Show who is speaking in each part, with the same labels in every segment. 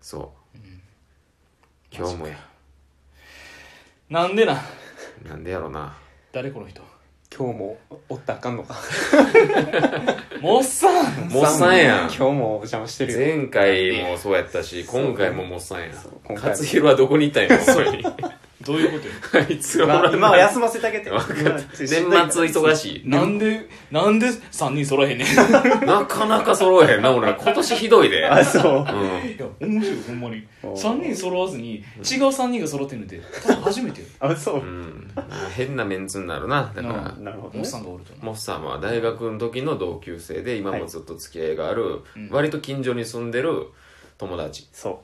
Speaker 1: そう
Speaker 2: マ
Speaker 1: 今
Speaker 2: ジ
Speaker 1: 日
Speaker 2: か
Speaker 1: もや
Speaker 2: なんでなん
Speaker 1: なんでやろな
Speaker 2: 誰この人
Speaker 3: 今日もおったらあかんのか
Speaker 2: もっさん
Speaker 1: もっさんやん
Speaker 3: 今日もお邪魔してるよ
Speaker 1: 前回もそうやったし今回ももっさんや
Speaker 3: う今回も
Speaker 1: 勝弘はどこにいたんやほんまに
Speaker 2: どういうことよ
Speaker 1: あいつ は
Speaker 3: まあ
Speaker 1: おらん
Speaker 3: 今は休ませてあげて
Speaker 1: わかった年末忙しい
Speaker 2: なんでなんで3人揃えへんねんい
Speaker 1: なかなか揃えへんな俺ら今年ひどいで
Speaker 3: あそう
Speaker 1: うん
Speaker 2: や面白いほんまに
Speaker 3: おー
Speaker 2: 3人揃わずに違う3人が揃ってんのって多分初めてよ
Speaker 3: あそううん
Speaker 1: 変なメンツになるなだか
Speaker 2: な
Speaker 1: ら
Speaker 3: なるほ
Speaker 2: も
Speaker 3: ど
Speaker 2: っ
Speaker 3: ね
Speaker 2: さんがおるとな
Speaker 1: モッサンは大学の時の同級生で今もずっと付き合いがある、
Speaker 2: うん
Speaker 1: 割と近所に住んでる友達、
Speaker 3: そ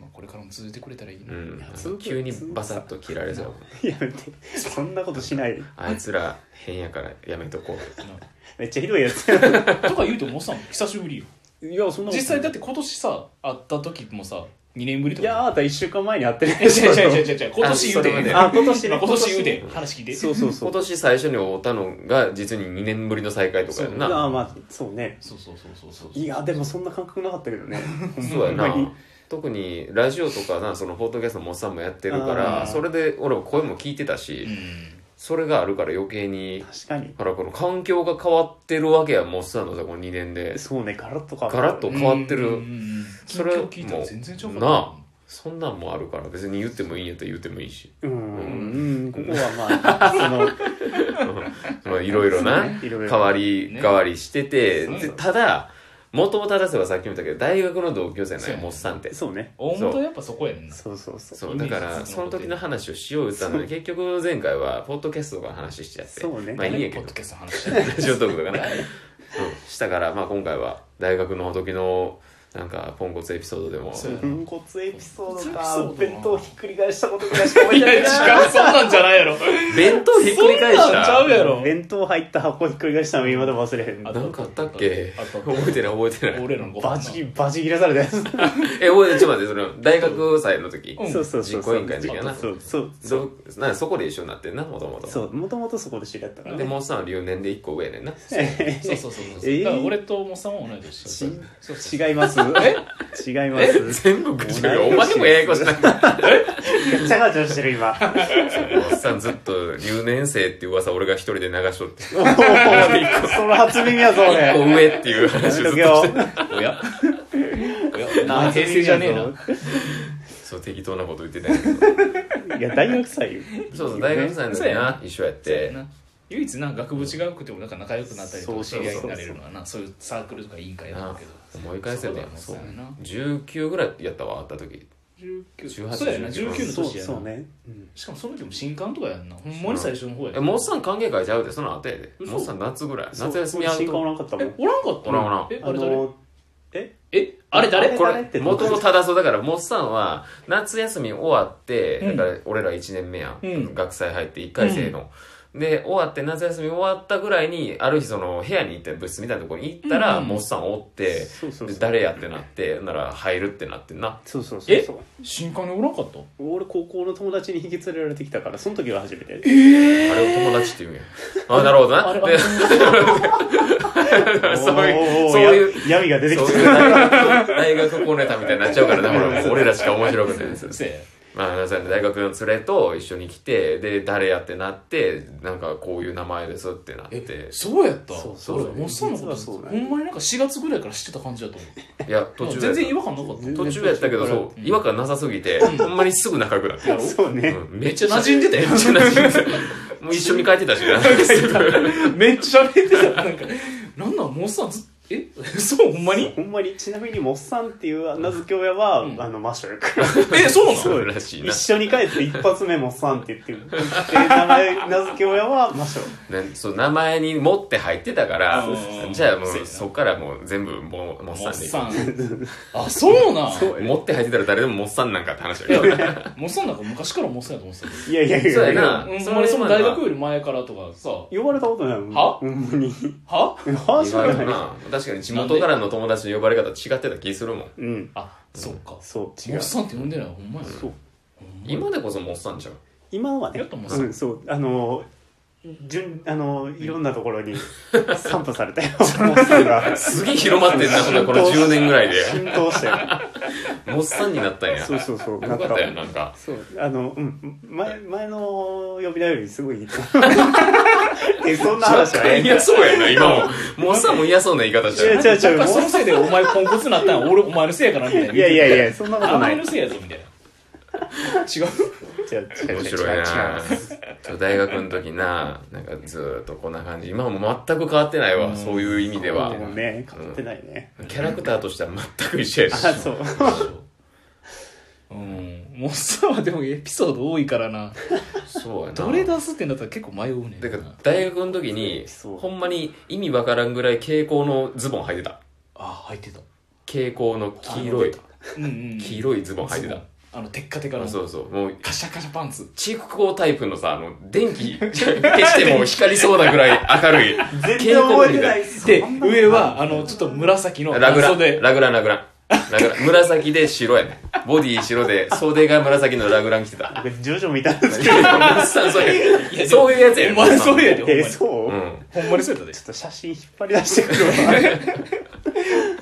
Speaker 2: まあこれからも続いてくれたらいいうなん
Speaker 3: や続く
Speaker 1: 急にバサッと切られちゃう
Speaker 3: う やめてそんなことしない
Speaker 1: あいつら変やからやめとこう
Speaker 3: めっちゃひどいやつや
Speaker 2: とか言うてももっさん久しぶりよ
Speaker 3: いやそん
Speaker 2: 実際だ
Speaker 3: っ
Speaker 2: って今年さ会った時もさ2年ぶりと
Speaker 3: てい
Speaker 2: か
Speaker 3: やあなた1週間前に会ってる
Speaker 2: え違う違う違う違う今年言う
Speaker 1: あそ
Speaker 2: て
Speaker 1: れまで
Speaker 3: あ今年ね
Speaker 2: 今年言うて話聞いて
Speaker 3: そうそうそ
Speaker 1: 今
Speaker 3: う
Speaker 1: 年最初に会うたのが実に2年ぶりの再会とかやん
Speaker 2: そ
Speaker 1: な
Speaker 2: う
Speaker 3: あまあそうね
Speaker 2: そうそうそうそうそう
Speaker 3: いやでもそんな感覚なかったけどね
Speaker 1: そうや
Speaker 3: ほんま
Speaker 1: な
Speaker 3: に
Speaker 1: 特にラジオとかなそのポッドキャストもモッサンもやってるか
Speaker 3: あ
Speaker 1: ら
Speaker 3: ー
Speaker 1: それで俺も声も聞いてた
Speaker 2: う
Speaker 1: し、
Speaker 2: ん
Speaker 1: それがあるから余計に
Speaker 3: 確かに
Speaker 1: だからこの環境が変わってるわけやモッサンのさこの2年で
Speaker 3: そうねガラッとか
Speaker 1: ガラッと変わってる
Speaker 2: うんうんうん
Speaker 1: それ
Speaker 2: 近況聞いたら全然違うかった
Speaker 1: なあそんなんもあるから別に言ってもいいんやったら言ってもいいし
Speaker 3: うんうんここはまあその
Speaker 1: ま あいろいろな
Speaker 3: そうねいろいろ
Speaker 1: 変わり
Speaker 2: ね
Speaker 1: 変わりしてて
Speaker 2: そう
Speaker 1: でただ元を正せばさっきも言ったけど大学の同級生なん
Speaker 2: そう
Speaker 1: や
Speaker 2: やね
Speaker 1: モッサンって
Speaker 3: そうね
Speaker 2: 大元はやっぱそこやねんな
Speaker 3: そうそうそう
Speaker 1: そう
Speaker 2: イメ
Speaker 1: だ
Speaker 2: ージ
Speaker 1: か
Speaker 2: つ
Speaker 1: ら
Speaker 2: つ
Speaker 1: その
Speaker 2: のこと
Speaker 1: 時の話をしよう言ったのに結局前回はポッドキャストとかの話しちゃって
Speaker 3: そうね
Speaker 1: まあいいんやけ
Speaker 2: ポ
Speaker 1: ど
Speaker 2: ッドキャストの話してる
Speaker 1: ラジオトークとかね、うん、したからまあ今回は大学の時のなんかポンコツエピソードでも
Speaker 2: そうや
Speaker 3: 粉骨エピソード
Speaker 2: ポン
Speaker 3: か
Speaker 2: コツエピソードな
Speaker 3: 弁当ひっくり返したことぐらいしか覚え
Speaker 2: い
Speaker 3: て
Speaker 2: や
Speaker 3: な
Speaker 2: 違
Speaker 3: い
Speaker 2: うそんなんじゃないやろ
Speaker 1: 弁当ひっくり返
Speaker 2: そ
Speaker 1: し
Speaker 2: んなんち
Speaker 1: た
Speaker 2: ゃうやろ
Speaker 3: 弁当入った箱ひっくり返したの今でも忘れへん
Speaker 2: あ
Speaker 1: なんかあったっけ
Speaker 2: あったあった
Speaker 1: 覚えてない覚えてない
Speaker 2: 俺らのご飯
Speaker 3: バチバチ切らされたやつ
Speaker 1: え覚えてちょっと待ってその大学祭の時、
Speaker 2: うん
Speaker 3: そうそうそう
Speaker 1: 実行委員会の時やな
Speaker 3: そうそうそう
Speaker 1: どなんかそこで一緒になってんなもともと
Speaker 3: そうもともとそこで知り合ったから
Speaker 1: で
Speaker 3: ね
Speaker 1: モンスターは留年で1個上やねんな
Speaker 2: そうそうそうそう、
Speaker 3: えー
Speaker 2: だから俺とモッサンは同い年
Speaker 3: ち
Speaker 2: そうそう
Speaker 3: 違います違います
Speaker 1: 全部口がお前もややこしないモ
Speaker 3: めっちゃガチャしてる今
Speaker 1: ンスターずっと留年生っていう噂俺が一人で流しと って
Speaker 3: おーその初耳やぞ
Speaker 1: 1個
Speaker 3: 俺
Speaker 1: 上っていう話をずっとして
Speaker 2: おやおやお前平成じゃねえな
Speaker 1: そう適当なこと言ってたんやけど
Speaker 3: ないや大学祭
Speaker 1: そうそう大学祭の時な一緒やっ
Speaker 2: そうや
Speaker 1: て
Speaker 2: な唯一な学部違うくてもなんか仲良くなったりと
Speaker 3: そ
Speaker 2: か
Speaker 3: うそ
Speaker 2: 知
Speaker 3: う
Speaker 2: り合
Speaker 3: そう
Speaker 2: いになれるのはなそういうサークルとか委員会やろうけど
Speaker 1: 思い返せば
Speaker 2: そ
Speaker 1: そうう
Speaker 2: だよな
Speaker 1: 19ぐらいやったわ会った時
Speaker 2: 19
Speaker 1: 18
Speaker 2: そうやな19
Speaker 1: 19
Speaker 2: の
Speaker 3: そう
Speaker 2: 年や
Speaker 3: そう
Speaker 2: な
Speaker 3: ねうん
Speaker 2: しかもその時も新刊とかやんなほんまに最初の方や
Speaker 1: えモンスターの歓迎会ちゃうでその後やで
Speaker 2: 嘘
Speaker 1: モンスター夏ぐらい
Speaker 3: そう
Speaker 1: 夏休みある
Speaker 3: 新刊お
Speaker 1: と
Speaker 3: らんかったも
Speaker 2: え
Speaker 3: ん
Speaker 2: おらんかった
Speaker 1: おらんおらん
Speaker 2: え
Speaker 3: あ
Speaker 2: あれ誰
Speaker 3: のえ
Speaker 2: えあれ誰
Speaker 3: あ
Speaker 1: こ
Speaker 3: 誰って
Speaker 1: れ
Speaker 3: どう
Speaker 1: 元の正そうだからモッサンは夏休み終わって、
Speaker 2: うん
Speaker 1: だから俺ら1年目やん、
Speaker 2: うん
Speaker 1: 学祭入って1回生の、で終わって夏休み終わったぐらいにある日その部屋に行って部室みたいなところに行ったら、
Speaker 2: うん
Speaker 1: モッサンおって
Speaker 3: そうそう
Speaker 1: で
Speaker 3: そう
Speaker 1: 誰やってなってほんなら入るってなってんな
Speaker 3: そうそうそうそう
Speaker 2: 新刊におらんかった
Speaker 3: 俺高校の友達に引き連れられてきたからその時が初めて
Speaker 1: あれを友達って言うんやあなるほど
Speaker 2: あ
Speaker 1: な
Speaker 2: れ
Speaker 1: でそういうそういう
Speaker 3: う闇が出てき
Speaker 1: そう
Speaker 3: て
Speaker 1: いう大学大学コネタみたいになっちゃうからねほら俺らしか面白くないです よ
Speaker 2: せや
Speaker 1: まあ、そうやね大学の連れと一緒に来てで誰やってなってなんかこういう名前ですってなって
Speaker 2: そうやった
Speaker 3: そうそう
Speaker 2: 俺モッサンのこと
Speaker 3: 実はそうだ
Speaker 2: ほ
Speaker 3: ね
Speaker 2: んまになんか4月ぐらいから知ってた感じだと思う
Speaker 1: いや途中
Speaker 2: 全然違
Speaker 1: やっ
Speaker 2: 和感なかった
Speaker 1: た
Speaker 3: 全然
Speaker 1: 途中やったけど
Speaker 3: 途中から
Speaker 1: そう違和感なさすぎてほんまにすぐ仲良くなって
Speaker 3: そうね
Speaker 1: うん
Speaker 2: め
Speaker 1: め
Speaker 2: っちゃ馴染んでたよ
Speaker 1: めっちゃ馴染んでたもう一緒に帰ってたし な
Speaker 2: めっちゃ喋ってたなんかなんなんモッサンずっえ そうほんまに
Speaker 3: ほんまにちなみにモッサンっていう名付け親は、
Speaker 2: うん
Speaker 3: あのマシュルから
Speaker 2: えそうなの
Speaker 1: そうらしいな
Speaker 3: 一緒に帰って一発目モッサンって言ってるで名前名付け親はマシュル
Speaker 1: ねそう名前に持って入ってたから
Speaker 2: うん
Speaker 1: じゃあも
Speaker 2: そう
Speaker 1: う
Speaker 2: やな
Speaker 1: そっからもう全部もうモッ
Speaker 2: モ
Speaker 1: サ
Speaker 2: ッ
Speaker 1: ンで
Speaker 2: サンあそうなん
Speaker 1: 持って入ってたら誰でもモッサンなんかって話だ
Speaker 2: い
Speaker 1: け
Speaker 2: や
Speaker 1: ど
Speaker 2: モッサンなんか昔からモッサンやと思ってたけど
Speaker 3: いやいやいや
Speaker 1: そうやな
Speaker 2: うん
Speaker 1: そ
Speaker 2: ほ
Speaker 1: れは
Speaker 2: んまにその大学より前からとかさ
Speaker 3: 呼ばれたことないもん
Speaker 2: は
Speaker 3: ほんまに
Speaker 2: は
Speaker 3: はし
Speaker 1: 言わ
Speaker 3: ょ
Speaker 1: れる
Speaker 3: うがない
Speaker 1: な確かに地元からの友達の呼ばれ方違ってた気するもん
Speaker 3: うん
Speaker 2: あそっかモ
Speaker 3: そう違
Speaker 2: ッ
Speaker 3: う
Speaker 2: サンって呼んでないほんまや
Speaker 3: そう
Speaker 1: 今でこそモッサンじゃん
Speaker 3: 今はね
Speaker 2: やっとモッサン
Speaker 3: うん、そうあの順あのいろんなところに散布され た よモッサンが
Speaker 1: すげえ広まってんな、ほんならこの10年ぐらいで。
Speaker 3: 浸透したよ
Speaker 1: もっさんになったんや。
Speaker 3: そう
Speaker 1: よ
Speaker 3: そうそう
Speaker 1: かったよ、なんか。
Speaker 3: そうあのうん前前の呼び名よりすごい いいえそんな話はええ
Speaker 1: 嫌そうやな、今も。もっさんも嫌そうな言い方し
Speaker 3: 違う
Speaker 1: て
Speaker 3: 違う違う
Speaker 2: やっぱりそのせいでお前ポンコツになったんや俺お前のせいやからみたいない
Speaker 3: やいやい
Speaker 2: や
Speaker 3: やそんなこと
Speaker 2: お
Speaker 3: な
Speaker 2: 前
Speaker 3: い
Speaker 2: のせいやぞみたいな違う
Speaker 3: 違う違う違う
Speaker 1: 面
Speaker 3: 違う
Speaker 1: 白いな大学の時な、なんかずーっとこんな感じ。今も全く変わってないわ、そういう意味では
Speaker 3: で。もね買ってないね
Speaker 1: キャラクターとしては全く一緒やし。
Speaker 3: あそう
Speaker 2: うんもうさはでもエピソード多いからな
Speaker 1: そうやな。
Speaker 2: どれ出すってなったら結構迷うねん
Speaker 1: だ
Speaker 2: な
Speaker 1: から大学の時に
Speaker 3: そう
Speaker 1: ほんまに意味わからんぐらい蛍光のズボン履いてた
Speaker 2: あ入ってた
Speaker 1: 蛍光の黄色い
Speaker 2: うんうんうん
Speaker 1: 黄色いズボン履いてた
Speaker 2: あのテッカテカの
Speaker 1: あそうそうもう
Speaker 2: カシャカシャパンツ
Speaker 1: チークコータイプのさあの電気消しても光りそうなぐらい明るい
Speaker 3: 全然覚えてない
Speaker 2: で
Speaker 3: そんな
Speaker 2: 上はあのちょっと紫の
Speaker 1: ラグラ
Speaker 2: 半袖
Speaker 1: ラグランラグランラグラン紫で白やねボディ白で袖が紫のラグラン着て た
Speaker 3: 僕徐々見たんですけど
Speaker 1: おっさんそうやそういうやつやね
Speaker 2: お前そうやで
Speaker 3: え
Speaker 2: ほ
Speaker 3: そうん
Speaker 1: う
Speaker 3: ちょ
Speaker 1: ん
Speaker 2: んまにほんまにそうやったで
Speaker 3: っと写真引っ張り出してくるわ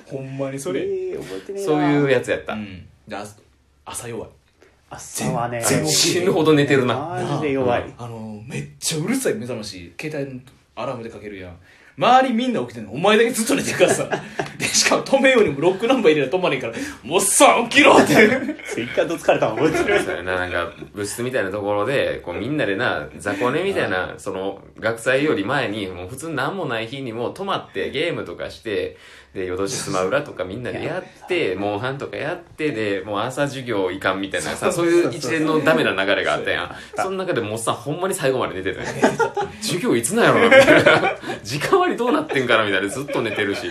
Speaker 2: ほんまにそ
Speaker 3: それ
Speaker 2: れ
Speaker 3: 覚えてねえな
Speaker 1: そういうやつやっ
Speaker 2: う
Speaker 1: た
Speaker 2: んで朝朝弱い
Speaker 3: 朝はね
Speaker 2: 全然
Speaker 1: 死ぬほど寝てるな
Speaker 3: マジで弱い
Speaker 2: あのめっちゃうるさい目覚まし携帯のアラームでかけるやん周りみんな起きてんのお前だけずっと寝てるからさ でしかも止めようにもロックナンバー入れたら止まれんから「もっさん起きろ!」って
Speaker 3: 一回どつかれたの覚えてる
Speaker 1: そうやな、なんか、部室みたいなところで、こうみんなでな、雑魚寝みたいな、その、学祭より前に、もう普通なんもない日にもう泊まってゲームとかして、で、夜通しスマブラとかみんなでやって、 モンハンとかやって、で、もう朝授業いかんみたいなさ、そういう一連のダメな流れがあったやん。その中でもっさんほんまに最後まで寝て たね。授業いつなんやろな、みたいな。時間割どうなってんかな、みたいな。ずっと寝てるし。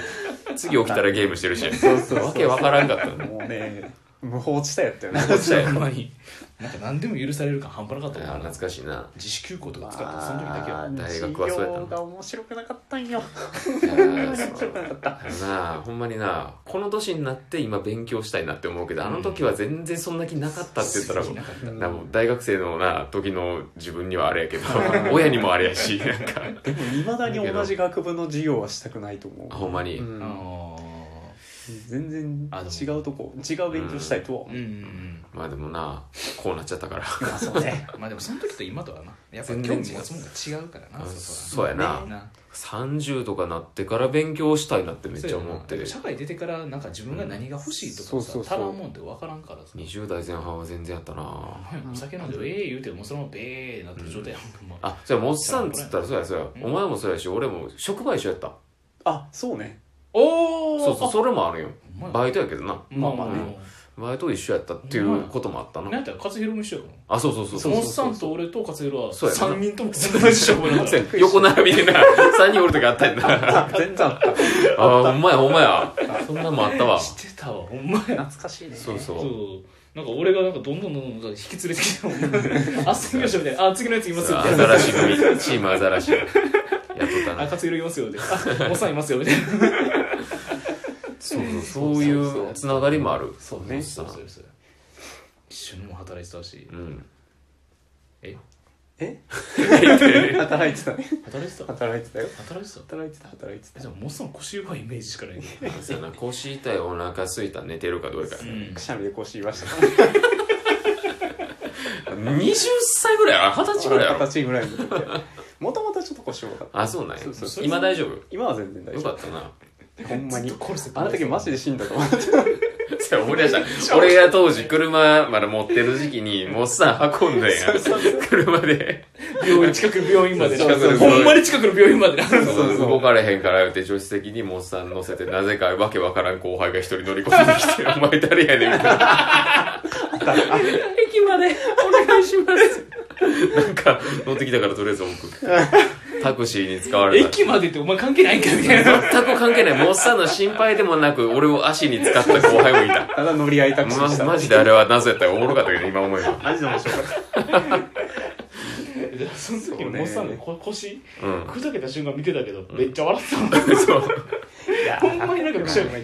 Speaker 1: 次起きたらゲームしてるし。
Speaker 3: そうそうそう
Speaker 1: わけわからんか ったの。
Speaker 3: もうね無法地帯やったよね
Speaker 1: そうや
Speaker 2: ほんまになんか何でも許される感半端なかっ
Speaker 1: あ
Speaker 2: たも
Speaker 1: ー
Speaker 2: んな
Speaker 1: 懐かしいな。
Speaker 2: 自主休校とか使ってその時だけは
Speaker 1: 大学はそうやったな
Speaker 3: 授業が面白くなかったんよ
Speaker 1: いやーそう
Speaker 3: 面白くなかった
Speaker 1: なあほんまになこの年になって今勉強したいなって思うけどあの時は全然そんな気なかったって言ったら、
Speaker 2: なかった
Speaker 1: なもう大学生のな時の自分にはあれやけど 親にもあれやしなんか
Speaker 3: でもいまだに同じ学部の授業はしたくないと思う
Speaker 1: あほんまに
Speaker 3: うん
Speaker 2: あの
Speaker 3: 全然
Speaker 2: あの
Speaker 3: 違うとこ違う勉強したいとは
Speaker 2: ーうんうんうん
Speaker 1: まあでもなこうなっちゃったから
Speaker 3: あそうね
Speaker 2: まあでもその時と今とはなやっぱ興
Speaker 1: 全
Speaker 2: 味
Speaker 1: 然違う
Speaker 2: 持つもんが違うからな
Speaker 1: あ
Speaker 2: そこ
Speaker 1: そう
Speaker 2: は
Speaker 1: やな
Speaker 2: な
Speaker 1: 30とかなってから勉強したいなってめっちゃ思って
Speaker 2: そうや
Speaker 1: る
Speaker 2: な社会出てからなんか自分が何が欲しいと
Speaker 3: うん
Speaker 2: か
Speaker 3: そうそ
Speaker 2: さた
Speaker 3: うそう
Speaker 2: らんもんって分からんからさ
Speaker 1: 20代前半は全然やったな
Speaker 2: お酒飲んで「ええ」言うてもそのまま「べえ」なってる状態やんま
Speaker 1: あじゃあもっさんっつったらそうやそうやお前もそうやし俺も職場一緒やった
Speaker 3: あそうね
Speaker 2: お
Speaker 1: そうそうそれもあるよ
Speaker 2: ほんま
Speaker 1: バイトやけどな
Speaker 2: まあまあね
Speaker 1: バイト一緒やったっていうこともあった
Speaker 2: なん
Speaker 1: な
Speaker 2: やったら勝弘も一緒やか
Speaker 1: あそうそうそう
Speaker 2: ら
Speaker 1: そう
Speaker 2: モッさんと俺と勝弘は
Speaker 1: そうやな
Speaker 2: 3人とも同じ職場だから
Speaker 1: 横並びでな、3人おる ときあったんな。あ
Speaker 3: 全然あった
Speaker 1: あ、ほんまや、ほんまや。そんなのもあったわ。そ
Speaker 2: してたわほんまや
Speaker 3: 懐かしいね
Speaker 1: うそう
Speaker 2: そ。うなんか俺がなんかどんどんどんどん引き連れてきたもんねあ次の人みたいなあ次のやついますよみ
Speaker 1: ア
Speaker 2: たいな
Speaker 1: ザラシ組、チームアザラシ。やっとった
Speaker 2: あ
Speaker 1: な。
Speaker 2: 勝弘いますよみたいなあおっさんいますよみたいな
Speaker 1: そうそう、そういうつながりもある。
Speaker 3: そうね
Speaker 2: そうそうそう一緒にも働いてたし
Speaker 1: うん。
Speaker 2: え
Speaker 3: え 働いてたね
Speaker 2: 働いてた
Speaker 3: 働いてたよ
Speaker 2: 働いてた
Speaker 3: 働いてた働いて
Speaker 2: え
Speaker 3: た
Speaker 2: じゃあモッさん腰弱いイメージしかないね
Speaker 1: そうやな、腰痛い、お腹すいた、寝てるかどれか。
Speaker 2: うん
Speaker 3: くしゃみで腰言いました
Speaker 1: 20歳ぐらいやろ二十歳ぐ らいや
Speaker 3: 二
Speaker 1: ろ
Speaker 3: 十歳ぐらいの時はもともとちょっと腰弱かった
Speaker 1: あ、そうなんや
Speaker 3: そうそうそ。れ
Speaker 1: 今大丈夫
Speaker 3: 今は全然大
Speaker 1: よ
Speaker 3: 丈
Speaker 1: かったな。
Speaker 3: 夫ほんまに
Speaker 2: ずっとコルセット
Speaker 3: あの時マジで死んだと思って
Speaker 1: そう思い出した。俺が当時車まだ持ってる時期に、もっさん運んだんや。車で。
Speaker 2: 病院近くの病院までな
Speaker 1: そうそうそう
Speaker 2: ほんまに近くの病院までな
Speaker 1: そうそう動かれへんから言うて助手席にモンスター乗せてなぜかわけわからん後輩が一人乗り込んできて 「お前誰やねん」みたいな
Speaker 2: 駅までお願いします
Speaker 1: なんか乗ってきたからとりあえず 置くタクシーに使われた
Speaker 2: 駅までってお前関係ないんかみたいな
Speaker 1: 全く関係ないモンスターの心配でもなく俺を足に使った後輩もいた
Speaker 3: ただ乗り合いタクシーした
Speaker 1: まマジであれは謎やったらおもろかったけど今思えば
Speaker 3: マジで面白かった
Speaker 2: その時
Speaker 3: そうね
Speaker 2: モッさんのこ腰
Speaker 1: うん
Speaker 2: 砕けた瞬間見てたけどめっちゃ笑っ て
Speaker 1: そう
Speaker 2: たほんまになんかくしゃみがい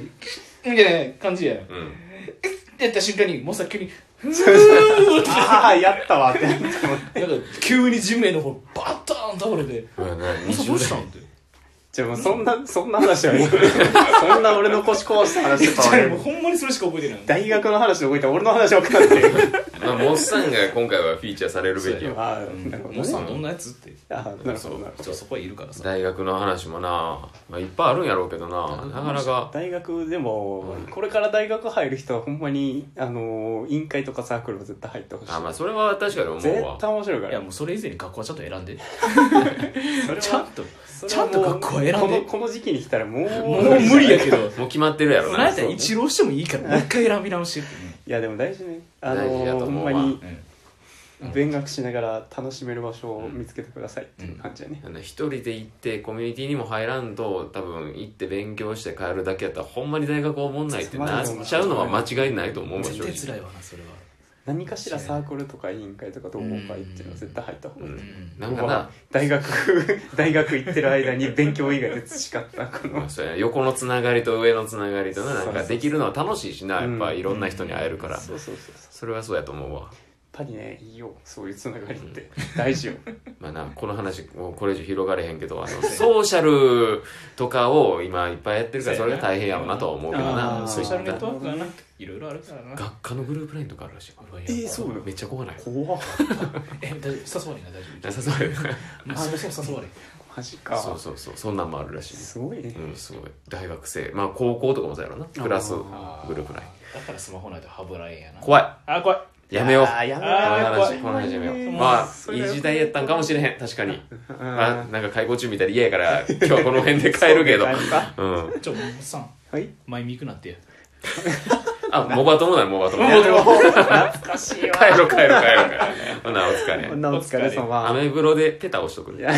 Speaker 2: みたいな感じや
Speaker 1: うん
Speaker 2: ってやった瞬間にモッさん急にふーって
Speaker 3: ああやったわって
Speaker 2: なんか急に地面の方バターンーン倒れて
Speaker 1: うわな
Speaker 2: 「さどうしたん?」
Speaker 1: 20
Speaker 2: って
Speaker 3: じゃあもうそんな、そんな話はいい。そんな俺の腰壊した話とか
Speaker 2: じゃあもう
Speaker 3: 俺、
Speaker 2: ほんまにそれしか覚えてない
Speaker 3: 大学の話覚えて俺の話分かんない。
Speaker 1: 代まあモッサンが今回はフィーチャーされるべきよ
Speaker 3: ああ、なる
Speaker 2: も
Speaker 3: ほど
Speaker 2: う
Speaker 3: ね。
Speaker 2: さんどんなやつって
Speaker 3: ああ、なるほどなるほど。
Speaker 2: じゃあそこはいるからさ
Speaker 1: 大学の話もな、まあ、いっぱいあるんやろうけどななかなか
Speaker 3: 大学でも、これから大学入る人はほんまに、あのー、委員会とかサークルは絶対入ってほしい。
Speaker 1: あまあそれは確かに思うわ
Speaker 3: 絶対面白いか
Speaker 2: い
Speaker 3: ら。
Speaker 2: やもうそれ以前に学校はちゃんと選 んで
Speaker 3: それは
Speaker 2: ちゃんと
Speaker 3: それ
Speaker 2: ちゃ
Speaker 3: は
Speaker 2: ん
Speaker 3: もう
Speaker 2: と学校は選んで
Speaker 3: この、この時期に来たらもう、
Speaker 2: もう無理やけど
Speaker 1: もう決まってるやろ
Speaker 2: なんや
Speaker 1: な
Speaker 2: ったら一浪してもいいからもう一回選び直してって
Speaker 3: いやでも大事ねあの
Speaker 1: 大事やと
Speaker 3: ほ
Speaker 1: 思
Speaker 3: ん
Speaker 1: うわ
Speaker 3: まに
Speaker 2: うんうん
Speaker 3: 勉学しながら楽しめる場所を見つけてくださいっていう感じやね、
Speaker 1: あの一人で行ってコミュニティにも入らんと多分行って勉強して帰るだけやったらほんまに大学おもんないってなっちゃうのは間違いないと思うわ
Speaker 2: 絶
Speaker 1: 正
Speaker 2: 対
Speaker 1: 直
Speaker 2: 辛いわなそれは
Speaker 3: 何かしらサークルとか委員会とか同好会っていうのは絶対入った方が
Speaker 1: う
Speaker 3: いい、
Speaker 1: ん
Speaker 2: う
Speaker 1: なんかな
Speaker 3: 大学 大学行ってる間に勉強以外で培ったこ
Speaker 1: ま
Speaker 3: の
Speaker 1: あそうや横のつながりと上のつながりとな
Speaker 3: そう
Speaker 1: な
Speaker 3: そ
Speaker 1: ん
Speaker 3: う
Speaker 1: かできるのは楽しいしなやっぱ
Speaker 3: うん
Speaker 1: いろんな人に会えるから
Speaker 3: そうそうそうそう
Speaker 1: それはそうやと思うわ
Speaker 3: やっぱりねいいよそういうつながりって大事よ
Speaker 1: まあなこの話もうこれ以上広がれへんけどあのソーシャルとかを今いっぱいやってるからそれが大変やろうなとは思うけど
Speaker 3: あ
Speaker 1: な
Speaker 3: ー
Speaker 1: そ
Speaker 2: ソ
Speaker 1: うい
Speaker 2: ー
Speaker 1: っ
Speaker 2: シャルネッ
Speaker 1: た
Speaker 2: トワークがないろいろあるからな
Speaker 1: 学科のグループラインとかあるらしい
Speaker 2: え
Speaker 3: えーそうなの
Speaker 1: めっちゃ怖ない
Speaker 3: 怖っ
Speaker 2: え大丈夫誘われない大丈
Speaker 1: なさそうやな
Speaker 2: 夫そうそう誘われ
Speaker 3: マジか
Speaker 1: そうそうそうそんなんもあるらしい
Speaker 3: すごいね、
Speaker 1: うんすごい大学生まあ高校とかもそうやろなクラスグループライン
Speaker 2: だからスマホないとハブらえんやな
Speaker 1: 怖い
Speaker 2: あ怖い
Speaker 1: やめよう
Speaker 3: あーやめ
Speaker 1: こ
Speaker 3: よう
Speaker 1: の話
Speaker 2: あー怖い
Speaker 1: この話やめよう
Speaker 2: もう
Speaker 1: ま
Speaker 3: そ
Speaker 1: あい
Speaker 3: れ
Speaker 1: い
Speaker 3: は
Speaker 1: 時代やったんかもしれへん確かに
Speaker 3: うん
Speaker 1: あなんか解雇中みたいで嫌やから今日はこの辺で帰るけど
Speaker 3: そうか
Speaker 1: うん
Speaker 2: ちょおっさん
Speaker 3: はい
Speaker 2: 前見くなってや
Speaker 1: あモバ友だよモバ友帰ろ
Speaker 3: 懐かしいわ
Speaker 1: う帰ろう帰ろうほなお疲れ
Speaker 3: こんなお疲れ様
Speaker 1: アメブロでペタ押しとくね
Speaker 3: いや